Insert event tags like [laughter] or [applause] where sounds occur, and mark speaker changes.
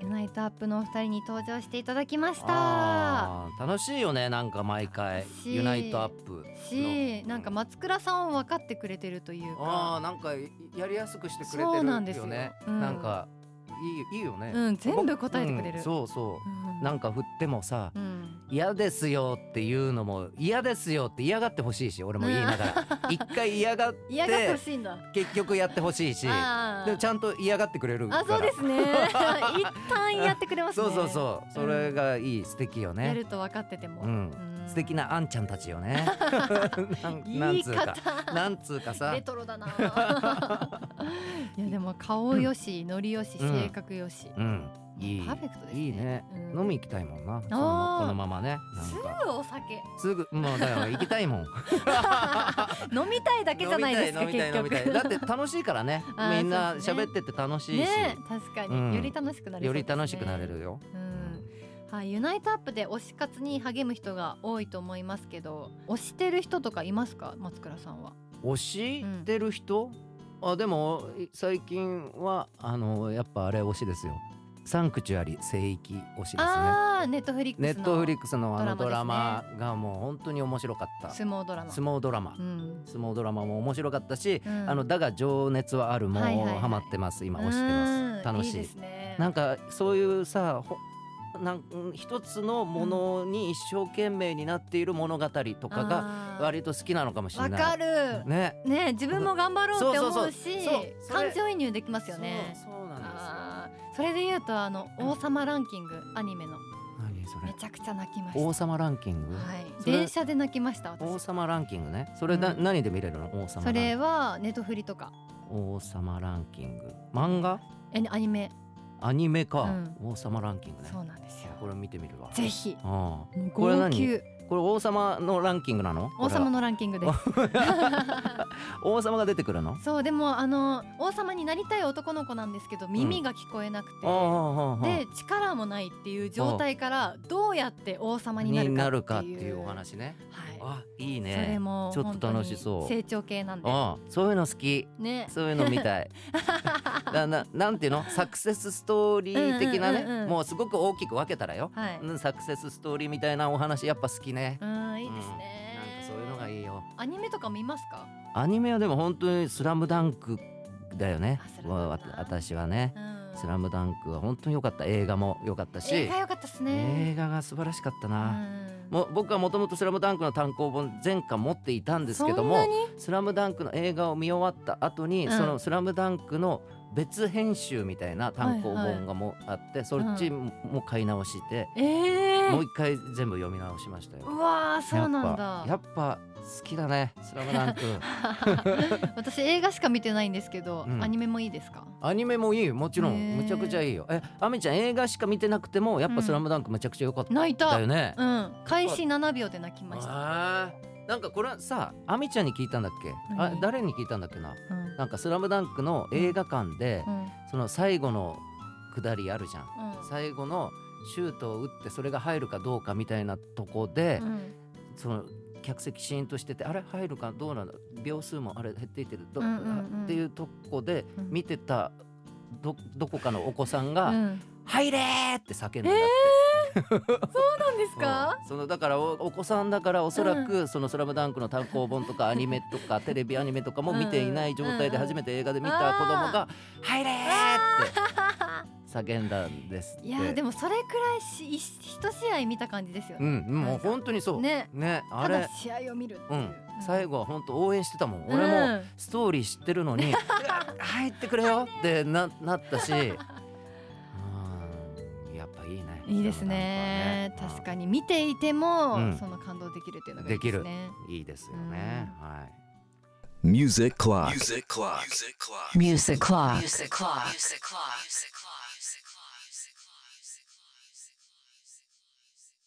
Speaker 1: ップのお二人に登場していただきました
Speaker 2: あー楽しいよねなんか毎回
Speaker 1: 楽しい
Speaker 2: ユナイトアップ
Speaker 1: しなんか松倉さんを分かってくれてるという
Speaker 2: あ
Speaker 1: か
Speaker 2: あなんかやりやすくしてくれ
Speaker 1: そ
Speaker 2: て
Speaker 1: う
Speaker 2: る
Speaker 1: なんです
Speaker 2: よ
Speaker 1: よ
Speaker 2: ね
Speaker 1: うん
Speaker 2: なんかいいいいよね、
Speaker 1: うん全部答えてくれる
Speaker 2: うんそうそう、
Speaker 1: うん
Speaker 2: なんか振ってもさ
Speaker 1: うん
Speaker 2: 嫌ですよっていうのも嫌ですよって嫌がってほしいし俺も言いながら、一回嫌がって
Speaker 1: 嫌がってほしいんだ
Speaker 2: 結局やってほしいし
Speaker 1: あ
Speaker 2: でもち
Speaker 1: ゃ
Speaker 2: ゃんと嫌がってくれるから
Speaker 1: あそうですね
Speaker 2: [laughs]
Speaker 1: 一旦やってくれますね
Speaker 2: そうそうそうそれがいい、素敵よ
Speaker 1: や
Speaker 2: ね
Speaker 1: ると分かってても、
Speaker 2: うん素敵なあんちゃんたち
Speaker 1: [laughs]
Speaker 2: よねなんなん
Speaker 1: 言い
Speaker 2: つうか
Speaker 1: 方
Speaker 2: なんつうかさ
Speaker 1: レトロだ
Speaker 2: [laughs]
Speaker 1: ないやでも顔よし、ノリよし
Speaker 2: うん
Speaker 1: 性格よし、
Speaker 2: うんいい
Speaker 1: パーフェクトですね
Speaker 2: いいね、
Speaker 1: うん
Speaker 2: 飲み行きたいもんなそのこのままねなん
Speaker 1: す
Speaker 2: か
Speaker 1: ぐお酒
Speaker 2: すぐもうだから行きたい
Speaker 1: [laughs]
Speaker 2: もん
Speaker 1: 飲みたいだけじゃないですか
Speaker 2: 飲みた
Speaker 1: 結
Speaker 2: い飲みたい
Speaker 1: 局
Speaker 2: 飲みたいだって楽しいからね
Speaker 1: [laughs] あー
Speaker 2: みんな
Speaker 1: そうですね
Speaker 2: 喋ってて楽しいし、
Speaker 1: ね確かに、
Speaker 2: うん
Speaker 1: より楽しくなれそ
Speaker 2: よ
Speaker 1: うですね
Speaker 2: り楽しくなれるよ、
Speaker 1: うんはい、ユナイトアップで推し活に励む人が多いと思いますけど推してる人とかいますか松倉さんは
Speaker 2: 推してる人、あでもい最近はあのやっぱあれ推しですよサンクチュアリ聖域推しですね
Speaker 1: ああネットフリックス
Speaker 2: ネ
Speaker 1: の
Speaker 2: ットフリックスのあのド
Speaker 1: ドラ
Speaker 2: ラ
Speaker 1: マ
Speaker 2: マがもう本当に面白かった
Speaker 1: 相撲ドラマ
Speaker 2: 相撲ドラ
Speaker 1: う
Speaker 2: マ
Speaker 1: ん
Speaker 2: 相撲ドラマも面白かったし、
Speaker 1: うん
Speaker 2: あのだが情熱はあるもう
Speaker 1: はいはいはい
Speaker 2: ハマってます今推して
Speaker 1: うん
Speaker 2: ます楽しい
Speaker 1: いですね
Speaker 2: なんかそういうさほなん一つのものに一生懸命になっている物語とかが
Speaker 1: あー
Speaker 2: 割と好きなのかもしれ
Speaker 1: わ
Speaker 2: ない
Speaker 1: かる
Speaker 2: ね
Speaker 1: ね自分も頑張ろうって思うし
Speaker 2: そうそうそうそれ
Speaker 1: 感情移入できますよね
Speaker 2: そうそうなんで
Speaker 1: あーそれで言うとあの王様ランキングアニメの
Speaker 2: すよ何
Speaker 1: め
Speaker 2: そ
Speaker 1: ちゃくちゃ泣きま
Speaker 2: れ王
Speaker 1: し
Speaker 2: 様ランキング、
Speaker 1: たはい
Speaker 2: それ
Speaker 1: 電車で泣きました
Speaker 2: 王
Speaker 1: 私
Speaker 2: 様ランキングねそれな、
Speaker 1: うん
Speaker 2: 何で見れるの王様ラ
Speaker 1: そ
Speaker 2: ンキ
Speaker 1: れ
Speaker 2: ング
Speaker 1: はネットフリとか
Speaker 2: 王様ランキング漫画
Speaker 1: えアニメ
Speaker 2: アニメか、
Speaker 1: う
Speaker 2: 王様ランキングね
Speaker 1: そうなんですよ
Speaker 2: これ見てみるわ
Speaker 1: ぜひ
Speaker 2: ああ
Speaker 1: もう
Speaker 2: これ
Speaker 1: 号
Speaker 2: 何
Speaker 1: 泣
Speaker 2: これ王様のランキングなの
Speaker 1: 王様
Speaker 2: の
Speaker 1: のランキングです
Speaker 2: 王様が出てくるの
Speaker 1: そうでもあの王様になりたい男の子なんですけど耳が聞こえなくて、
Speaker 2: ああああああ
Speaker 1: で力もないっていう状態からどうやって王様に
Speaker 2: に
Speaker 1: な
Speaker 2: な
Speaker 1: る
Speaker 2: る
Speaker 1: か
Speaker 2: か
Speaker 1: っ
Speaker 2: ってて
Speaker 1: いう
Speaker 2: いうお話ね
Speaker 1: は
Speaker 2: あいい
Speaker 1: い、
Speaker 2: ね
Speaker 1: それも
Speaker 2: ちょっと楽しそう
Speaker 1: 本当に成長系なんで
Speaker 2: ああそういうの好き
Speaker 1: ね
Speaker 2: そういうの見
Speaker 1: [laughs]
Speaker 2: たいなななんていうのサクセスストーリー的なね、
Speaker 1: うんうんうんうん
Speaker 2: もうすごく大きく分けたらよ、
Speaker 1: はい
Speaker 2: うんサクセスストーリーみたいなお話やっぱ好きね、
Speaker 1: うんいいですね、
Speaker 2: なんかそういうのがいいよ
Speaker 1: アニメとか見ますか
Speaker 2: アニメはでも本当に「スラムダンクだよね
Speaker 1: あスラムダンク
Speaker 2: わわ私はね
Speaker 1: うん
Speaker 2: 「スラムダンクは本当に良かった映画も良かったし
Speaker 1: 映画良かったですね
Speaker 2: 映画が素晴らしかった
Speaker 1: う
Speaker 2: な、
Speaker 1: ん
Speaker 2: もう僕はもともと「スラムダンクの単行本全巻持っていたんですけど
Speaker 1: そんな
Speaker 2: も
Speaker 1: に
Speaker 2: 「スラムダンクの映画を見終わった後に、
Speaker 1: うん
Speaker 2: その「スラムダンクの別編集みたいな単行本がもうあって、そっちも買い直して、
Speaker 1: えー、
Speaker 2: もう一回全部読み直しましたよ。
Speaker 1: うわーそうなんだ
Speaker 2: やっぱやっぱ好きだね「スラムダンク
Speaker 1: [laughs] 私映画しか見てないんですけど、
Speaker 2: うん
Speaker 1: アニメもいいですか
Speaker 2: アニメもいいもちろ
Speaker 1: へ
Speaker 2: ん
Speaker 1: ー
Speaker 2: むちゃくちゃいいよえアミちゃん映画しか見てなくてもやっ
Speaker 1: うん
Speaker 2: ぱ「スラムダンクむちゃくちゃ良かった
Speaker 1: 泣いた
Speaker 2: だよね、
Speaker 1: うん開始7秒で泣きました、
Speaker 2: あーなんかこれはさアミちゃんに聞いたんだっけあ
Speaker 1: 何
Speaker 2: 誰に聞いたんだっけな
Speaker 1: うん
Speaker 2: なんか「スラムダンクの映画館で、
Speaker 1: うん
Speaker 2: その最後の下りあるじゃん
Speaker 1: うん
Speaker 2: 最後のシュートを打ってそれが入るかどうかみたいなとこで、
Speaker 1: うん
Speaker 2: その客席シーンとしててあれ入るかどうなんだ秒数もあれ減っていってるど、
Speaker 1: うんうんうん
Speaker 2: っていうとこで
Speaker 1: うん
Speaker 2: 見てたどどこかのお子さんが「
Speaker 1: うん
Speaker 2: 入れ!」って叫んで
Speaker 1: えー、 [laughs] そうなんですか、
Speaker 2: そのだからおお子さんだからおそらく「そのスラムダンクの単行本とかアニメとかテレビアニメとかも見ていない状態で初めて映画で見た子供が「入れ!」って叫んだんですっ
Speaker 1: [laughs]
Speaker 2: て。
Speaker 1: いやーでもそれくらいし一一試合見た感じですよ
Speaker 2: う
Speaker 1: ね、
Speaker 2: ん、もう本当にそう。
Speaker 1: ね
Speaker 2: あ
Speaker 1: た
Speaker 2: れ
Speaker 1: だ、試合を見るって
Speaker 2: う、
Speaker 1: いうん
Speaker 2: 最後は本当応援してたもん。
Speaker 1: うん
Speaker 2: 俺もストーリー知ってる
Speaker 1: [laughs]
Speaker 2: のに、うわ入ってくれよってななったし、うんやっぱいいね。
Speaker 1: いいですね
Speaker 2: その
Speaker 1: 確
Speaker 2: なん
Speaker 1: かに見ていても、
Speaker 2: うん
Speaker 1: その感動できるっていうのがいいですね
Speaker 2: うんいいですよね。はい。
Speaker 3: Music clock.
Speaker 4: Music clock. Music clock.
Speaker 5: Music Clock.
Speaker 4: Music clock. Music clock.